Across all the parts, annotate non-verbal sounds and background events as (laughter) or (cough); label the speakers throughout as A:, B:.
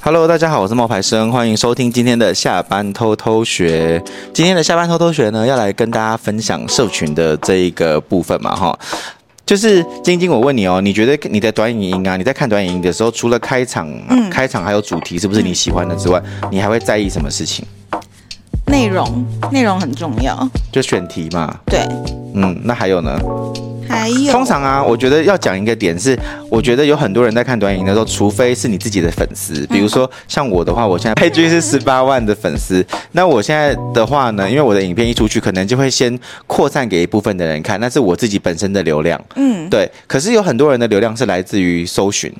A: Hello，大家好，我是冒牌生，欢迎收听今天的下班偷偷学。今天的下班偷偷学呢，要来跟大家分享社群的这一个部分嘛，哈。就是晶晶，我问你哦，你觉得你的短影音啊，你在看短影音的时候，除了开场、开场还有主题是不是你喜欢的之外，你还会在意什么事情？
B: 内容内容很重要，
A: 就选题嘛，
B: 对，
A: 嗯，那还有呢？
B: 还有
A: 通常啊，我觉得要讲一个点是，我觉得有很多人在看短影的时候，除非是你自己的粉丝，比如说像我的话，我现在 IG 是十八万的粉丝，那我现在的话呢，因为我的影片一出去，可能就会先扩散给一部分的人看，那是我自己本身的流量，
B: 嗯
A: 对。可是有很多人的流量是来自于搜寻，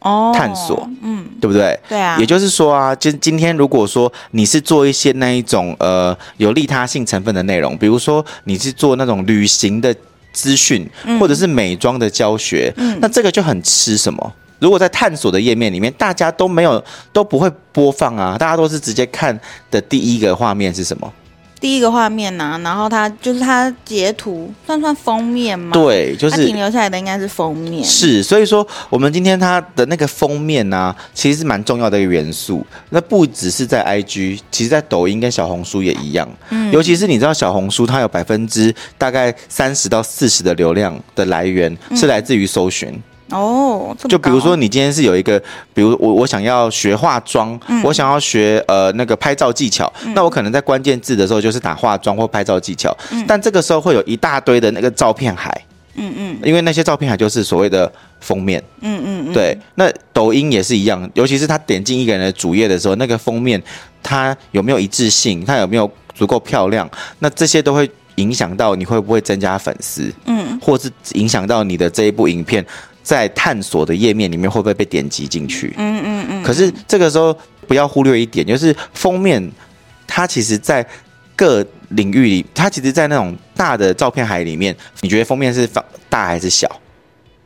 B: 哦
A: 探索
B: 嗯
A: 对不对？
B: 对啊，
A: 也就是说啊，今今天如果说你是做一些那一种呃有利他性成分的内容，比如说你是做那种旅行的资讯，或者是美妆的教学，那这个就很吃什么？如果在探索的页面里面，大家都没有都不会播放啊，大家都是直接看的第一个画面是什么？
B: 第一个画面呐、然后它就是它截图，算算封面吗？，
A: 对，就
B: 它
A: 是
B: 停留下来的应该是封面，
A: 是，所以说我们今天它的那个封面呢、其实是蛮重要的一个元素。那不只是在 IG，其实在抖音跟小红书也一样。嗯，尤其是你知道小红书它有百分之大概三十到四十的流量的来源
B: 嗯
A: 是来自于搜寻。
B: 哦，这么
A: 就比如
B: 高
A: 说你今天是有一个，比如我我想要学化妆，
B: 嗯
A: 我想要学呃那个拍照技巧，那我可能在关键字的时候就是打化妆或拍照技巧，但这个时候会有一大堆的那个照片海。
B: 嗯嗯
A: 因为那些照片还就是所谓的封面，
B: 嗯嗯嗯，
A: 对，那抖音也是一样，尤其是他点进一个人的主页的时候，那个封面它有没有一致性，它有没有足够漂亮，那这些都会影响到你会不会增加粉丝，
B: 嗯，
A: 或是影响到你的这一部影片在探索的页面里面会不会被点击进去。
B: 嗯嗯嗯，
A: 可是这个时候不要忽略一点，就是封面它其实在各领域里，它其实在那种大的照片海里面，你觉得封面是放大还是小？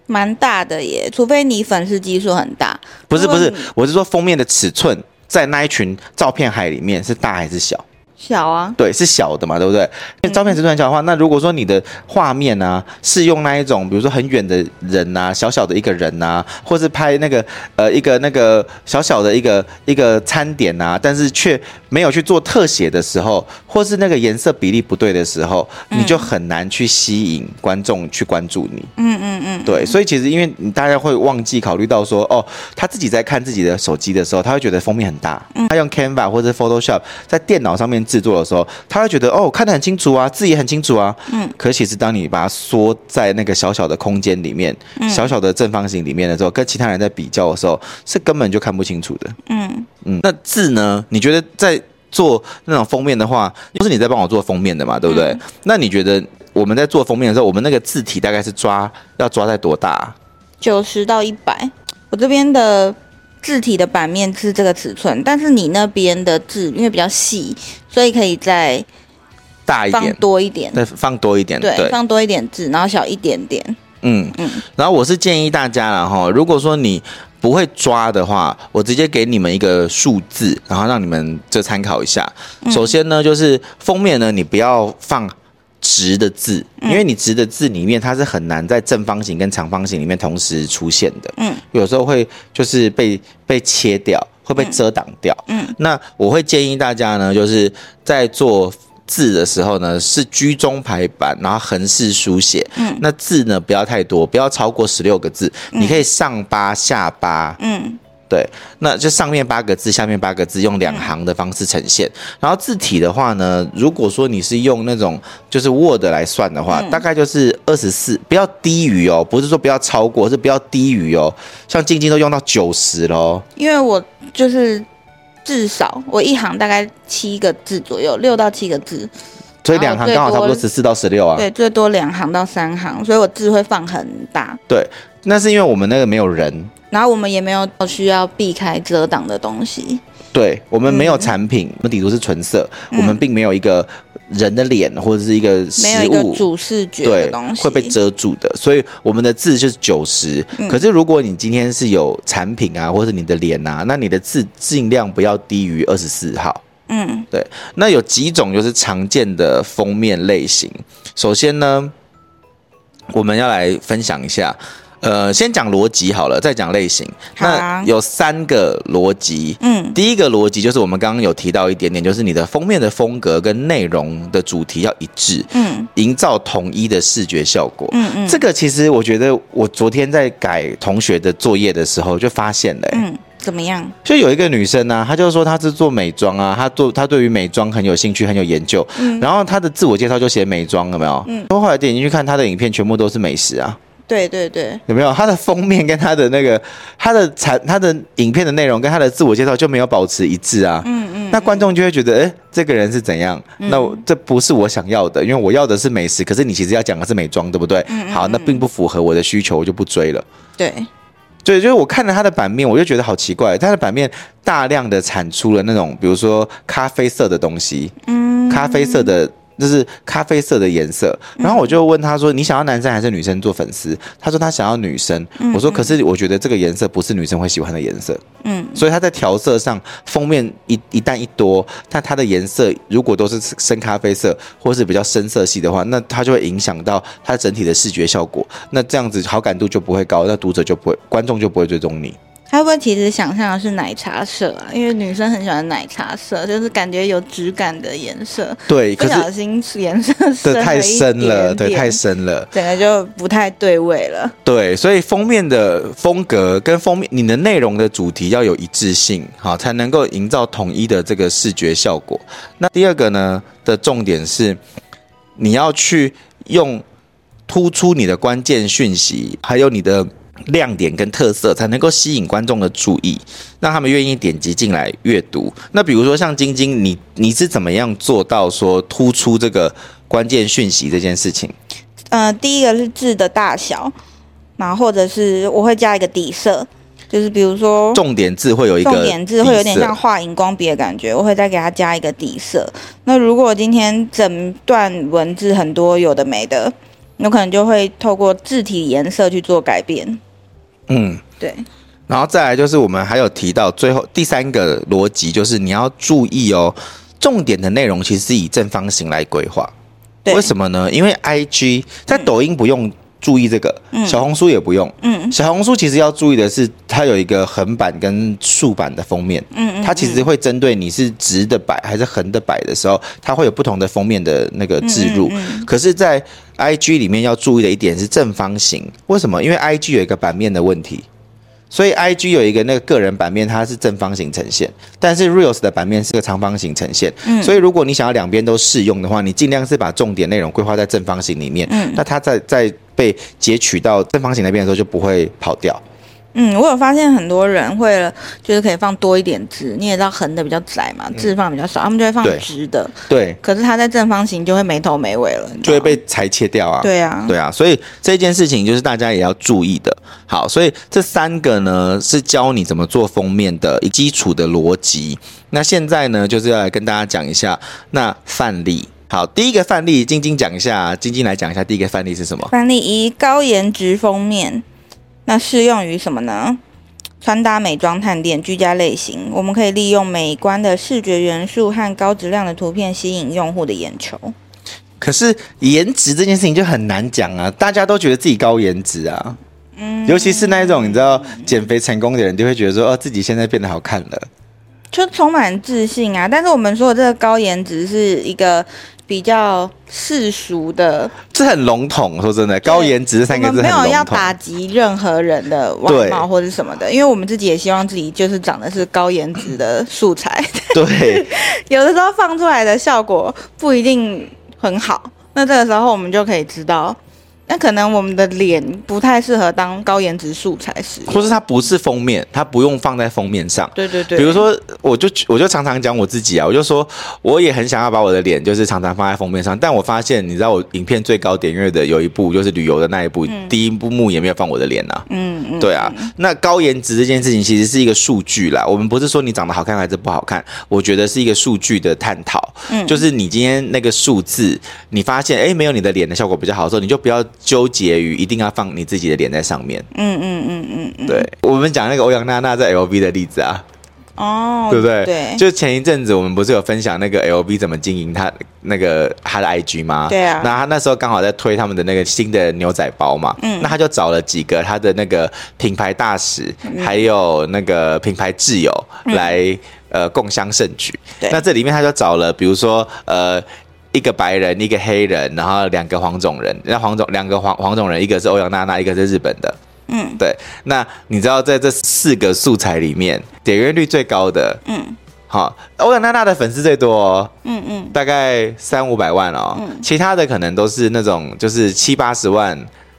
B: 蛮大的耶，除非你粉丝基数很大，
A: 不是
B: 如
A: 不
B: 果
A: 是
B: 你，
A: 我是说封面的尺寸在那一群照片海里面是大还是小？
B: 小啊，
A: 对，是小的嘛，对不对？因为照片尺寸很小的话，那如果说你的画面啊是用那一种，比如说很远的人呐、小小的一个人呐、或是拍那个呃一个那个小小的一个一个餐点呐、但是却没有去做特写的时候，或是那个颜色比例不对的时候，你就很难去吸引观众去关注你。
B: 嗯嗯嗯，
A: 对，所以其实因为你大家会忘记考虑到说，哦，他自己在看自己的手机的时候，他会觉得封面很大。他用 Canva 或者 Photoshop 在电脑上面制作的时候，他会觉得哦，看得很清楚啊，字也很清楚啊。嗯。可是其实当你把它缩在那个小小的空间里面、小小的正方形里面的时候，跟其他人在比较的时候，是根本就看不清楚的。
B: 嗯，
A: 嗯，那字呢？你觉得在做那种封面的话，不是你在帮我做封面的嘛，对不对？
B: 嗯
A: 那你觉得我们在做封面的时候，我们那个字体大概是抓要抓在多大啊、
B: 九十到一百，我这边的字体的版面是这个尺寸，但是你那边的字因为比较细，所以可以再
A: 大一
B: 放
A: 点，
B: 多一点，
A: 再放多一点，
B: 对，
A: 对，
B: 放多一点字，然后小一点点，
A: 嗯嗯。然后我是建议大家了哈，如果说你不会抓的话，我直接给你们一个数字，然后让你们就参考一下。
B: 嗯
A: 首先呢，就是封面呢，你不要放。直的字，
B: 嗯
A: 因为你直的字里面，它是很难在正方形跟长方形里面同时出现的。
B: 嗯，
A: 有时候会就是被被切掉，会被遮挡掉。
B: 嗯，
A: 那我会建议大家呢，就是在做字的时候呢，是居中排版，然后横式书写。嗯，那字呢不要太多，不要超过十六个字，你可以上八下八。
B: 嗯
A: 对，那就上面八个字，下面八个字，用两行的方式呈现。然后字体的话呢，如果说你是用那种就是 Word 来算的话，大概就是二十四，不要低于哦，不是说不要超过，是不要低于哦。像静静都用到九十哦喽，
B: 因为我就是至少我一行大概七个字左右，六到七个字，
A: 所以两行刚好差不多
B: 哦
A: 十四到十六啊。
B: 对，最多两行到三行，所以我字会放很大。
A: 对，那是因为我们那个没有人，
B: 然后我们也没有呃需要避开遮挡的东西，
A: 对我们没
B: 嗯
A: 有产品，我们底图是纯色，我们并没有一个人的脸或者是一个
B: 没有
A: 食
B: 一个
A: 物。
B: 主视觉
A: 对
B: 的东，西
A: 会被遮住的，所以我们的字就是九十、
B: 嗯
A: 可是如果你今天是有产品啊，或是你的脸啊，那你的字尽量不要低于二十四号。
B: 嗯
A: 对，那有几种就是常见的封面类型。首先呢，我们要来分享一下，呃，先讲逻辑好了，再讲类型。
B: 好啊
A: 那有三个逻辑，
B: 嗯
A: 第一个逻辑就是我们刚刚有提到一点点，就是你的封面的风格跟内容的主题要一致，
B: 嗯
A: 营造统一的视觉效果。
B: 嗯嗯，
A: 这个其实我觉得，我昨天在改同学的作业的时候就发现了、欸
B: 嗯怎么样？
A: 就有一个女生呢、啊她就说她是做美妆啊，她做她对于美妆很有兴趣，很有研究。
B: 嗯
A: 然后她的自我介绍就写美妆，有没有？嗯。后来点进去看她的影片，全部都是美食啊，
B: 对对对，
A: 有没有？她的封面跟她的那个她的产她的影片的内容跟她的自我介绍就没有保持一致啊。
B: 嗯嗯，
A: 那观众就会觉得，哎、这个人是怎样？那我这不是我想要的，因为我要的是美食，可是你其实要讲的是美妆，对不对？
B: 嗯
A: 好，那并不符合我的需求，我就不追了。
B: 对，
A: 对，就是我看了他的版面，我就觉得好奇怪，他的版面大量的产出了那种，比如说咖啡色的东西，
B: 嗯
A: 咖啡色的。就是咖啡色的颜色，然后我就问他说：“你想要男生还是女生做粉丝？”他说他想要女生。我说：“可是我觉得这个颜色不是女生会喜欢的颜色。”
B: 嗯，
A: 所以他在调色上，封面一一旦一多，但它的颜色如果都是深咖啡色或是比较深色系的话，那它就会影响到它整体的视觉效果。那这样子好感度就不会高，那读者就不会，观众就不会追踪你。
B: 他会不会其实想象的是奶茶色啊？因为女生很喜欢奶茶色，就是感觉有质感的颜色，
A: 对，
B: 不
A: 可
B: 小
A: 是
B: 心颜色深
A: 这
B: 了
A: 太
B: 一
A: 深了，
B: 点
A: 对，
B: 点
A: 太深了。
B: 整个就不太对味了。
A: 对，所以封面的风格跟封面你的内容的主题要有一致性，好，才能够营造统一的这个视觉效果。那第二个呢的重点是，你要去用突出你的关键讯息，还有你的亮点跟特色，才能够吸引观众的注意，让他们愿意点击进来阅读。那比如说像晶晶，你你是怎么样做到说突出这个关键讯息这件事情？
B: 呃，第一个是字的大小，然后或者是我会加一个底色，就是比如说
A: 重点字会有一个
B: 重点字会有点
A: 底色
B: 像画荧光笔的感觉，我会再给它加一个底色。那如果今天整段文字很多有的没的，有可能就会透过字体颜色去做改变。
A: 嗯，
B: 对，
A: 然后再来就是我们还有提到最后第三个逻辑，就是你要注意哦，重点的内容其实是以正方形来规划。
B: 对
A: 为什么呢？因为 I G 在抖音不用注意这个，小红书也不用。
B: 嗯
A: 小红书其实要注意的是，它有一个横版跟竖版的封面，
B: 嗯嗯，
A: 它其实会针对你是直的摆还是横的摆的时候，它会有不同的封面的那个置入。
B: 嗯
A: 可是，在 I G 里面要注意的一点是正方形，为什么？因为 I G 有一个版面的问题，所以 I G 有一个那个个人版面，它是正方形呈现，但是 Reels 的版面是个长方形呈现。
B: 嗯
A: 所以，如果你想要两边都适用的话，你尽量是把重点内容规划在正方形里面。
B: 嗯
A: 那它在在被截取到正方形那边的时候，就不会跑掉。
B: 嗯，我有发现很多人会了，就是可以放多一点字，你也知道横的比较窄嘛，字放比较少，他们就会放
A: 嗯对
B: 直的，
A: 对，
B: 可是它在正方形就会没头没尾了，你
A: 就
B: 知道
A: 会
B: 吗
A: 被裁切掉啊。
B: 对啊，
A: 对啊，所以这件事情就是大家也要注意的。好，所以这三个呢是教你怎么做封面的一基础的逻辑。那现在呢，就是要来跟大家讲一下那范例。好，第一个范例，晶晶讲一下，晶晶来讲一下第一个范例是什么？
B: 范例一：高颜值封面，那适用于什么呢？穿搭、美妆、探店、居家类型，我们可以利用美观的视觉元素和高质量的图片吸引用户的眼球。
A: 可是颜值这件事情就很难讲啊，大家都觉得自己高颜值啊。嗯，尤其是那一种你知道减肥成功的人，就会觉得说，哦，自己现在变得好看了。
B: 就充满自信啊！但是我们说的这个高颜值是一个比较世俗的，
A: 这很笼统，说真的，高颜值这
B: 我
A: 三个
B: 们
A: 字
B: 没
A: 很笼统。
B: 有要打击任何人的外貌
A: 对
B: 或者什么的，因为我们自己也希望自己就是长的是高颜值的素材，
A: (laughs)
B: (laughs)
A: 对，
B: 有的时候放出来的效果不一定很好，那这个时候我们就可以知道，那可能我们的脸不太适合当高颜值素材使用。
A: 或是它不是封面，它不用放在封面上。
B: 对对对，
A: 比如，说，我就我就常常讲我自己啊，我就说我也很想要把我的脸，就是常常放在封面上，但我发现，你知道我影片最高点阅的有一部就是旅游的那一部，第一部幕也没有放我的脸啊。
B: 嗯嗯，
A: 对啊，那高颜值这件事情其实是一个数据啦。我们不是说你长得好看还是不好看，我觉得是一个数据的探讨。
B: 嗯
A: 就是你今天那个数字，你发现诶没有你的脸的效果比较好的时候，你就不要纠结于一定要放你自己的脸在上面。 (laughs)
B: 嗯嗯嗯嗯嗯，
A: 对，我们讲那个欧阳娜娜在 LV 的例子啊，
B: 哦，
A: 对不对？
B: 对，
A: 就前一阵子我们不是有分享那个 LV 怎么经营他那个他的 IG 吗？
B: 对啊
A: 那他那时候刚好在推他们的那个新的牛仔包嘛，
B: 嗯
A: 那他就找了几个他的那个品牌大使，
B: 嗯
A: 还有那个品牌挚友来、呃共襄盛举
B: 对。
A: 那这里面他就找了，比如说呃。一个白人，一个黑人，然后两个黄种人。那黄种两个黄黄种人，一个是欧阳娜娜，一个是日本的。
B: 嗯
A: 对，那你知道在这四个素材里面，点阅率最高的，
B: 嗯
A: 好，欧阳娜娜的粉丝最多、哦，
B: 嗯嗯，
A: 大概三五百万哦，其他的可能都是那种就是七八十万、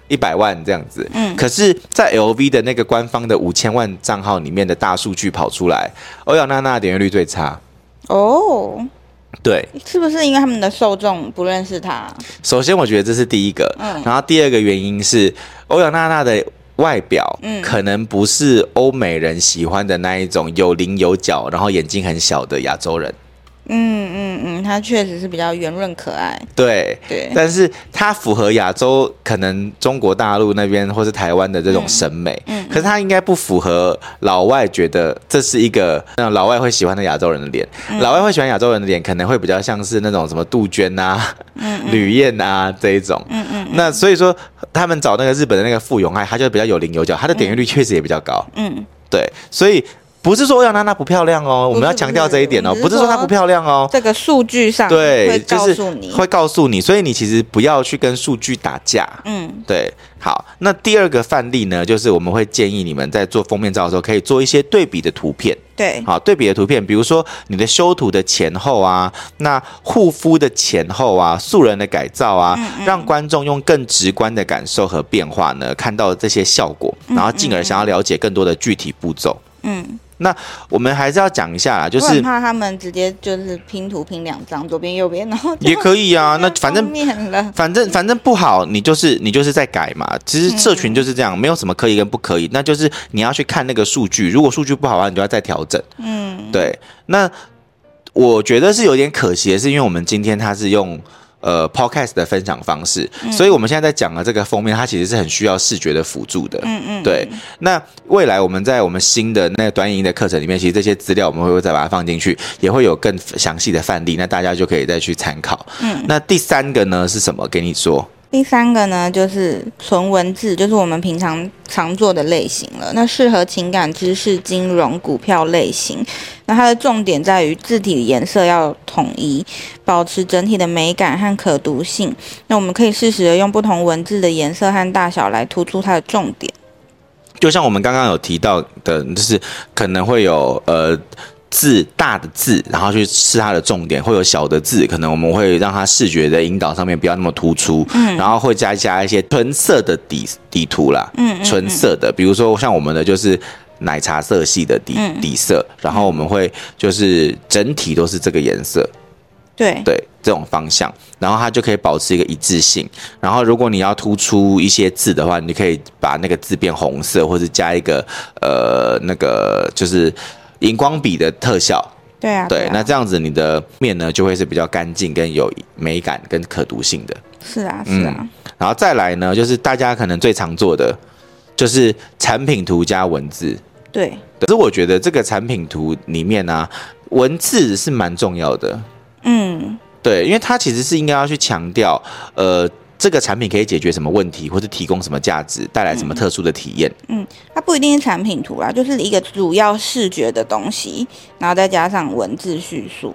A: 一百万这样子。
B: 嗯
A: 可是，在 LV 的那个官方的五千万账号里面的大数据跑出来，欧阳娜娜的点阅率最差。
B: 哦，
A: 对，
B: 是不是因为他们的受众不认识他？
A: 首先我觉得这是第一个，
B: 嗯
A: 然后第二个原因是欧阳娜娜的外表，
B: 嗯
A: 可能不是欧美人喜欢的那一种有棱有角，然后眼睛很小的亚洲人。
B: 嗯嗯嗯，他确实是比较圆润可爱，
A: 对，
B: 对，
A: 但是它符合亚洲，可能中国大陆那边或是台湾的这种审美，
B: 嗯嗯
A: 可是它应该不符合老外觉得这是一个那种老外会喜欢的亚洲人的脸。
B: 嗯
A: 老外会喜欢亚洲人的脸，可能会比较像是那种什么杜鹃啊、
B: 嗯
A: (laughs) 吕燕啊这一种。
B: 嗯嗯
A: 那所以说，他们找那个日本的那个傅永爱，他就比较有棱有角，他的点阅率确实也比较高。
B: 嗯，
A: 对，所以不是说欧阳娜娜不漂亮哦，我们要强调这一点哦，
B: 不是
A: 不是说她不漂亮哦，
B: 这个数据上
A: 对
B: 会，
A: 就
B: 告
A: 是
B: 诉你，
A: 会告诉你，所以你其实不要去跟数据打架。
B: 嗯
A: 对，好，那第二个范例呢，就是我们会建议你们在做封面照的时候，可以做一些对比的图片。
B: 对，
A: 好，对比的图片，比如说你的修图的前后啊，那护肤的前后啊，素人的改造啊，
B: 嗯
A: 让观众用更直观的感受和变化呢，看到这些效果，然后进而想要了解更多的具体步骤。
B: 嗯，
A: 我们还是要讲一下啦，就
B: 我很
A: 是
B: 怕他们直接就是拼图拼两张，左边右边，然后就
A: 也可以
B: (laughs)
A: 啊，那
B: 就
A: 反正
B: 封面了，
A: 反正反正不好，你就是你就是在改嘛。其实社群就是这样，没有什么可以跟不可以，那就是你要去看那个数据。如果数据不好的话，你就要再调整。
B: 嗯，
A: 对，那我觉得是有点可惜的是，因为我们今天它是用。呃，podcast 的分享方式，
B: 嗯
A: 所以我们现在在讲的这个封面，它其实是很需要视觉的辅助的。
B: 嗯嗯，
A: 对，那未来我们在我们新的那个短影音的课程里面，其实这些资料我们会再把它放进去，也会有更详细的范例，那大家就可以再去参考。
B: 嗯，
A: 那第三个呢是什么？给你说，
B: 第三个呢，就是纯文字，就是我们平常常做的类型了。那适合情感、知识、金融、股票类型。那它的重点在于字体颜色要统一，保持整体的美感和可读性。那我们可以适时的用不同文字的颜色和大小来突出它的重点。
A: 就像我们刚刚有提到的，就是可能会有呃字大的字，然后去是它的重点，会有小的字，可能我们会让它视觉的引导上面不要那么突出，嗯，然后会加加一些纯色的底底图啦，
B: 嗯嗯
A: 纯色的，比如说像我们的就是。奶茶色系的底
B: 嗯
A: 底色，然后我们会就是整体都是这个颜色，
B: 对，
A: 对这种方向，然后它就可以保持一个一致性。然后如果你要突出一些字的话，你可以把那个字变红色，或者加一个呃那个就是荧光笔的特效。
B: 对啊，
A: 对
B: 啊，
A: 那这样子你的面呢就会是比较干净、跟有美感、跟可读性的。
B: 是啊，是啊，
A: 然后再来呢，就是大家可能最常做的就是产品图加文字。
B: 对，
A: 可是我觉得这个产品图里面呢、文字是蛮重要的。
B: 嗯，
A: 对，因为它其实是应该要去强调，呃，这个产品可以解决什么问题，或是提供什么价值，带来什么特殊的体验。
B: 它不一定是产品图啦，就是一个主要视觉的东西，然后再加上文字叙述。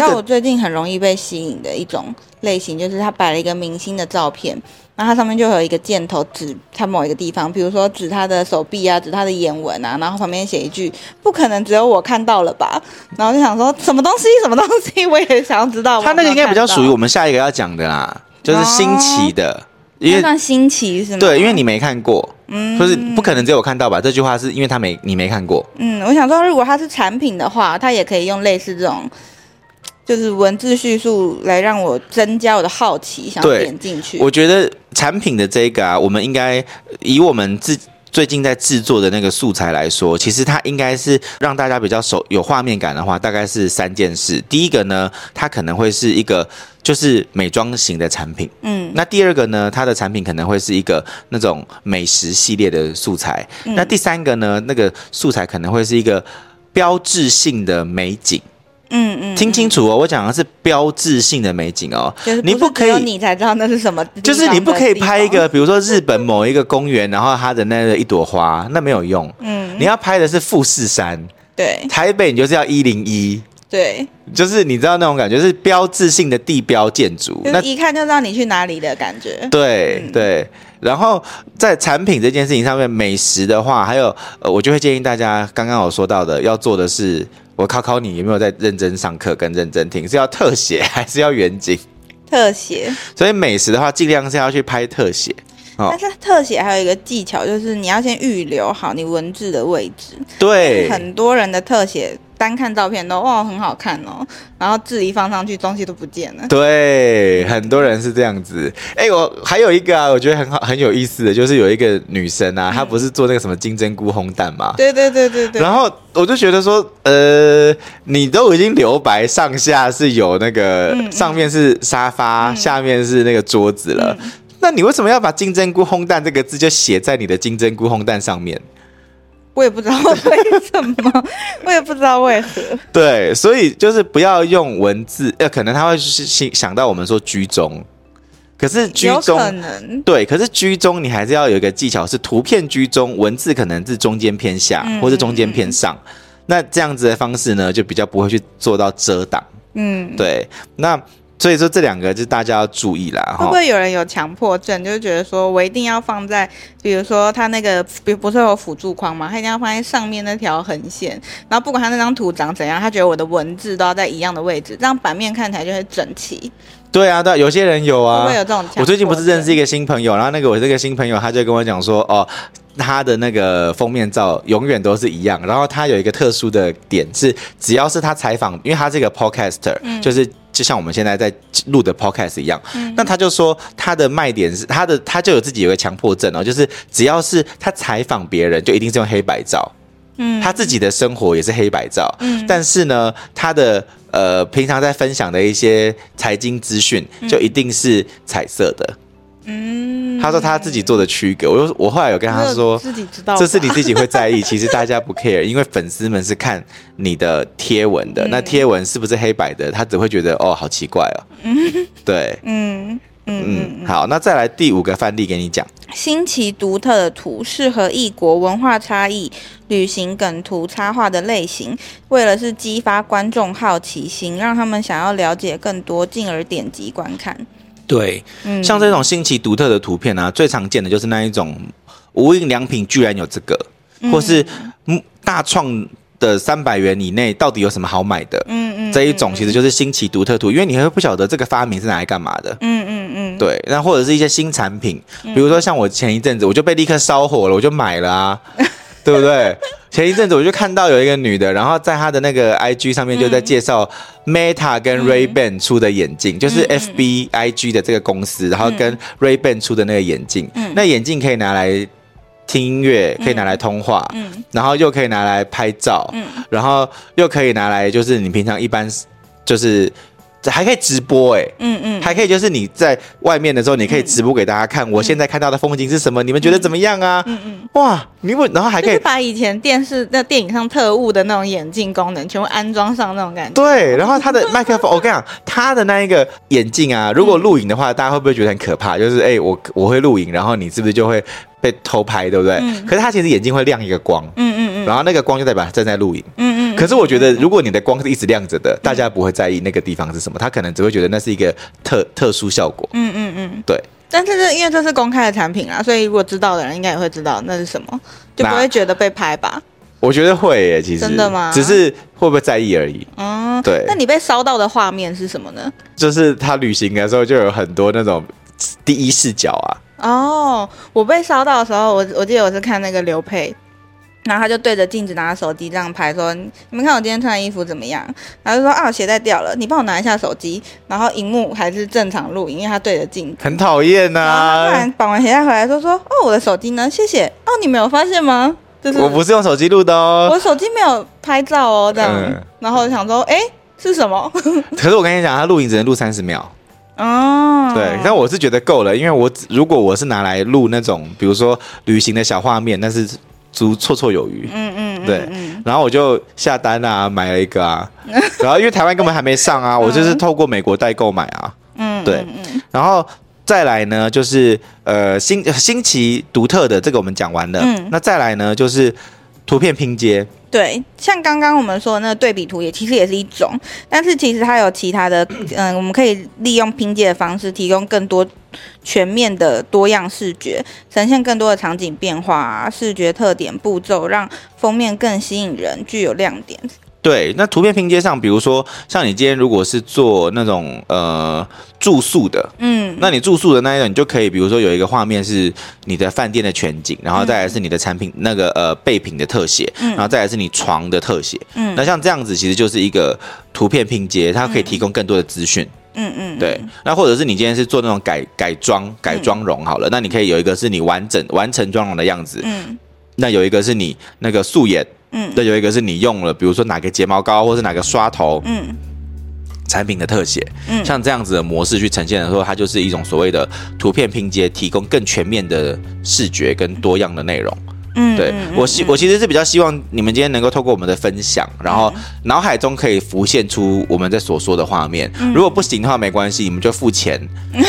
A: 这
B: 知
A: 个
B: 道我最近很容易被吸引的一种类型，就是他摆了一个明星的照片，然后它上面就有一个箭头指他某一个地方，比如说指他的手臂啊，指他的眼纹啊，然后旁边写一句“不可能只有我看到了吧”，然后就想说什么东西，什么东西，我也想要知道。
A: 它那个应该比较属于我
B: 嗯我
A: 们下一个要讲的啦，就是新奇的，
B: 有没
A: 因
B: 有看到，那
A: 为
B: 算新奇是吗？
A: 对，因为你没看过，
B: 嗯
A: 就是不可能只有我看到吧？这句话是因为他没你没看过，
B: 嗯，我想说，如果它是产品的话，它也可以用类似这种，就是文字叙述来让我增加我的好奇，想要
A: 对
B: 点进去。
A: 我觉得产品的这个啊，我们应该以我们自最近在制作的那个素材来说，其实它应该是让大家比较熟有画面感的话，大概是三件事。第一个呢，它可能会是一个就是美妆型的产品。
B: 嗯
A: 那第二个呢，它的产品可能会是一个那
B: 嗯
A: 种美食系列的素材。那第三个呢，那个素材可能会是一个标志性的美景。
B: 嗯嗯，
A: 听清
B: 楚，
A: 楚哦，我讲的是标志性的美景哦，
B: 就是
A: 你
B: 不是
A: 可
B: 只有
A: 以。
B: 你才知道那是什么地方的地
A: 就
B: 方，
A: 是你不可以拍一个，比如说日本某一个公园，然后它的那个一朵花，那没有用。
B: 嗯，
A: 你要拍的是富士山，
B: 对
A: 台北你就是要一零一，
B: 对，
A: 就是你知道那种感觉是标志性的地标建筑。
B: 就
A: 那
B: 是一看就知道你去哪里的感觉。
A: 对、
B: 嗯
A: 对，然后在产品这件事情上面，美食的话，还有呃，我就会建议大家刚刚我说到的，要做的是，我考考你有没有在认真上课跟认真听，是要特写还是要远景？
B: 特写，
A: 所以美食的话，尽量是要去拍特写。哦
B: 但是特写还有一个技巧，就是你要先预留好你文字的位置。
A: 对，
B: 很多人的特写，单看照片都哇很好看哦，然后字一放上去，东西都不见 (laughs) 了。
A: 对，很多人是这样子。哎、我还有一个啊，我觉得很好很有意思的，就是有一个女生啊，她不是做那个什么金针菇烘蛋嘛，
B: 对对对嗯对对，
A: 然后我就觉得说，呃，你都已经留白，上下是有那个，
B: 嗯嗯嗯
A: 上面是沙发，下面是那个桌子了。那你为什么要把“金针菇烘蛋”这个字就写在你的金针菇烘蛋上面？
B: 我也不知道为
A: (laughs)
B: 什么，我也不知道为何。
A: 对，所以就是不要用文字，呃，可能他会是是想到我们说居中，可是居
B: 有
A: 中
B: 可能，
A: 对，可是居中你还是要有一个技巧，是图片居中，文字可能是中间偏下，
B: 嗯
A: 或是中间偏上。那这样子的方式呢，就比较不会去做到遮挡。
B: 嗯，
A: 对，那所以说这两个就是大家要注意啦，
B: 会
A: 哈。
B: 不会有人有强迫症，就是觉得说我一定要放在，比如说他那个，比不是有辅助框嘛，他一定要放在上面那条横线，然后不管他那张图长怎样，他觉得我的文字都要在一样的位置，这样版面看起来就会整齐。
A: 对啊，对啊，有些人有
B: 会
A: 啊
B: 不会。有这种强迫症？
A: 我最近不是认识一个新朋友，然后那个我这个新朋友他就跟我讲说，哦，他的那个封面照永远都是一样，然后他有一个特殊的点是，只要是他采访，因为他是一个 podcaster，、就是
B: 嗯
A: 就像我们现在在录的 podcast 一样，那他就说他的卖点是他的他就有自己有个强迫症哦，就是只要是他采访别人，就一定是用黑白照。
B: 嗯
A: 他自己的生活也是黑白照，
B: 嗯
A: 但是呢，他的呃平常在分享的一些财经资讯，就一定是彩色的。
B: 嗯
A: 他说他自己做的区隔，我就我后来有跟他说，
B: 自己知道吧，
A: 这是你自己会在意， (laughs) 其实大家不 care，因为粉丝们是看你的贴文
B: 嗯
A: 的，那贴文是不是黑白的，他只会觉得哦好奇怪哦，对，
B: (laughs) 嗯嗯嗯，
A: 嗯，好，那再来第五个范例给你讲，
B: 新奇独特的图适合异国文化差异、旅行梗图插画的类型，为了是激发观众好奇心，让他们想要了解更多，进而点击观看。
A: 对，
B: 嗯，
A: 像这种新奇独特的图片啊，最常见的就是那一种无印良品居然有这个，或是嗯大创的三百元以内到底有什么好买的、
B: 嗯嗯
A: 这一种，其实就是新奇独特图，因为你会不晓得这个发明是拿来干嘛的。
B: 嗯嗯嗯，嗯
A: 对，那或者是一些新产品，比如说像我前一阵子我就被立刻烧火了，我就买了
B: (laughs)
A: 啊，对不对？前一阵子我就看到有一个女的，然后在她的那个 IG 上
B: 嗯
A: 面就在介绍 Meta 跟 Ray Ban 出的眼镜，就是
B: 嗯
A: FB IG 的这个公司，然后跟 Ray Ban 出的那个眼镜，
B: 嗯
A: 那眼镜可以拿来。听音乐可以拿来通话，
B: 嗯
A: 然后又可以拿来拍照，
B: 嗯
A: 然后又可以拿来就是你平常一般就是还可以直播哎、
B: 嗯嗯，
A: 还可以就是你在外面的时候，你可以直播给大家看，我现在看到的风景是什么，你们觉得怎么样啊？
B: 嗯嗯，
A: 哇，你问，然后还可
B: 就是
A: 以。
B: (laughs) 把以前电视那电影上特务的那种眼镜功能全部安装上那种感觉。
A: 对，然后他的麦克风，我跟你讲，他的那一个眼镜啊，如果录影的话，大家会不会觉得很可
B: 嗯
A: 怕？就是哎、我我会录影，然后你是不是就会被偷拍，对不对？
B: 嗯
A: 可是他其实眼镜会亮一个光，
B: 嗯嗯嗯
A: 然后那个光就代表他正在录影。
B: 嗯嗯，嗯
A: 可是我觉得，如果你的光是一直亮着的，大家不会在意那个地方是什么，他可能只会觉得那是一个特特殊效果。
B: 嗯嗯嗯，
A: 对。
B: 但是这因为这是公开的产品啊啦，所以如果知道的人应该也会知道那是什么，就不
A: 那
B: 会觉得被拍吧？
A: 我觉得会耶，其实
B: 真的吗
A: 只是会不会在意而已。
B: 嗯，
A: 对
B: 那你被烧到的画面是什么呢？
A: 就是他旅行的时候就有很多那种第一视角啊，
B: 哦，我被烧到的时候，我我记得我是看那个刘佩。然后他就对着镜子拿手机这样拍，说：“你们看我今天穿的衣服怎么样？”然后就说：“啊，我鞋带掉了，你帮我拿一下手机。”然后荧幕还是正常录影，因为他对着镜子。
A: 很讨厌啊
B: 然后他突
A: 呐
B: 然。绑完鞋带回来，就说：“哦，我的手机呢？谢谢。哦，你没有发现吗？就是
A: 我不是用手机录的哦
B: 我，手机没有拍照哦，这样。
A: 嗯
B: 然后我想说，哎、是什么？
A: 可是我跟你讲，他录影只能录三十秒。
B: 哦，
A: 对，但我是觉得够了，因为我只如果我是拿来录那种，比如说旅行的小画面，那是足绰绰有余。
B: 嗯嗯，嗯
A: 对
B: 嗯
A: 然后我就下单啊，买了一个
B: (laughs)
A: 啊，然后因为台湾根本还没上啊，我就是透过美国代购买啊，
B: 嗯，
A: 对
B: 嗯嗯
A: 然后再来呢就是呃新呃新奇独特的这个我们讲完了，
B: 嗯
A: 那再来呢就是图片拼接，
B: 对，像刚刚我们说的那个对比图也其实也是一种，但是其实它有其他的，嗯，我们可以利用拼接的方式提供更多全面的多样视觉，呈现更多的场景变化、啊、视觉特点步骤，让封面更吸引人，具有亮点。
A: 对，那图片拼接上，比如说像你今天如果是做那种呃住宿的，
B: 嗯，
A: 那你住宿的那一种，你就可以，比如说有一个画面是你的饭店的全景，
B: 嗯
A: 然后再来是你的产品、那个呃备品的特写，然后再来是你床的特写。
B: 嗯
A: 那像这样子，其实就是一个图片拼接，它可以提供更多的资讯。
B: 嗯嗯，
A: 对，那或者是你今天是做那种改改装、改妆容好了，那你可以有一个是你完整完成妆容的样子，
B: 嗯
A: 那有一个是你那个素颜，
B: 嗯
A: 那有一个是你用了，比如说哪个睫毛膏或是哪个刷头，
B: 嗯
A: 产品的特写，
B: 嗯
A: 像这样子的模式去呈现的时候，它就是一种所谓的图片拼接，提供更全面的视觉跟多样的内容。
B: 嗯，
A: 对
B: 嗯
A: 我希我其实是比较希望你们今天能够透过我们的分享，然
B: 嗯
A: 后脑海中可以浮现出我们在所说的画面。
B: 嗯
A: 如果不行的话，没关系，你们就付钱，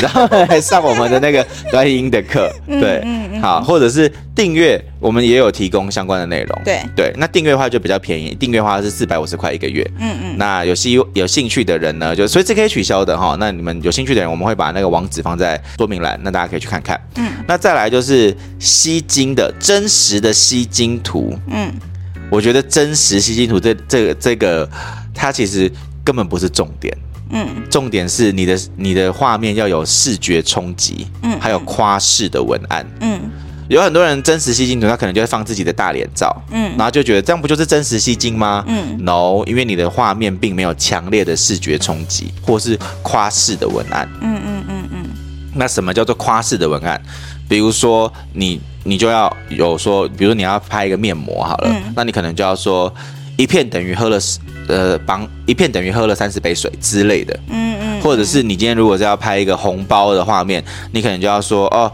A: 然后来上我们的那个短影音的课。
B: 嗯
A: 对，好，或者是订阅，我们也有提供相关的内容。
B: 对
A: 对，那订阅的话就比较便宜，订阅的话是四百五十块一个月。
B: 嗯嗯
A: 那有兴有兴趣的人呢，就随时可以取消的哈。那你们有兴趣的人，我们会把那个网址放在说明栏，那大家可以去看看。
B: 嗯，
A: 那再来就是吸睛的真实的吸睛图，
B: 嗯
A: 我觉得真实吸睛图这这个这个，它其实根本不是重点，
B: 嗯
A: 重点是你的你的画面要有视觉冲击，
B: 嗯
A: 还有夸饰的文案。
B: 嗯
A: 有很多人真实吸睛图，他可能就会放自己的大脸照，
B: 嗯
A: 然后就觉得这样不就是真实吸睛吗？
B: 嗯
A: No，因为你的画面并没有强烈的视觉冲击，或是夸饰的文案。
B: 嗯嗯嗯嗯
A: 那什么叫做夸饰的文案？比如说你你就要有说，比如你要拍一个面膜好了，
B: 嗯
A: 那你可能就要说一片等于喝了十呃帮一片等于喝了三十杯水之类的，
B: 嗯嗯，
A: 或者是你今天如果是要拍一个红包的画面，你可能就要说哦。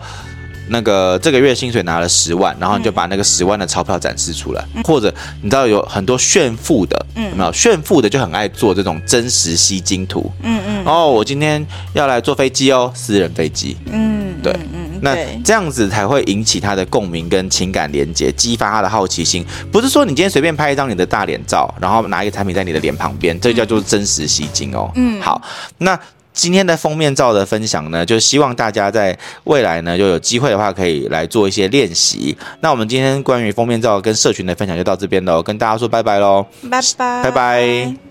A: 那个这个月薪水拿了十万，然后你就把那个十万的钞票展示出来，或者你知道有很多炫富的，有没有炫富的就很爱做这种真实吸睛图。
B: 嗯嗯
A: 哦，我今天要来坐飞机哦，私人飞机。
B: 嗯，
A: 对
B: 嗯嗯
A: 那
B: 对
A: 这样子才会引起他的共鸣跟情感连接，激发他的好奇心。不是说你今天随便拍一张你的大脸照，然后拿一个产品在你的脸旁边，这叫做真实吸睛哦。
B: 嗯
A: 好，那。今天的封面照的分享呢，就希望大家在未来呢，就有机会的话，可以来做一些练习。那我们今天关于封面照跟社群的分享就到这边喽，跟大家说拜拜喽。
B: 拜拜
A: 拜拜